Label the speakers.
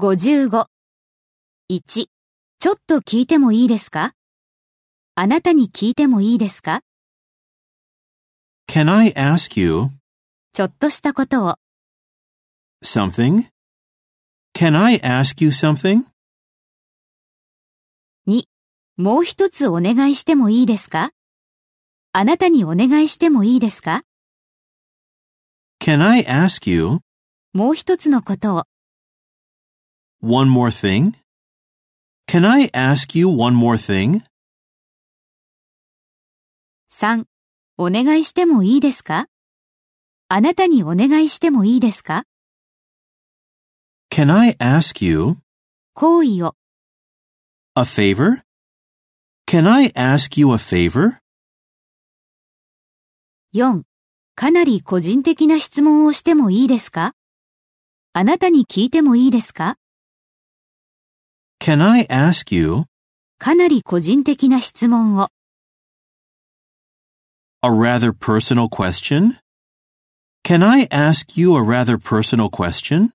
Speaker 1: 55.1. ちょっと聞いてもいいですかあなたに聞いてもいいですか
Speaker 2: Can I ask you
Speaker 1: ちょっとしたことを。
Speaker 2: something? Can I ask you something?
Speaker 1: もう一つお願いしてもいいですかあなたにお願いしてもいいですか
Speaker 2: Can I ask you
Speaker 1: もう一つのことを。
Speaker 2: one more thing? Can I ask you one more thing?
Speaker 1: 3. お願いしてもいいですかあなたにお願いしてもいいですか
Speaker 2: Can I ask you
Speaker 1: 好意を。
Speaker 2: a favor? Can I ask you a favor?
Speaker 1: 4. かなり個人的な質問をしてもいいですかあなたに聞いてもいいですか
Speaker 2: Can I ask you
Speaker 1: かなり個人的な質問を。
Speaker 2: a rather personal question? Can I ask you a rather personal question?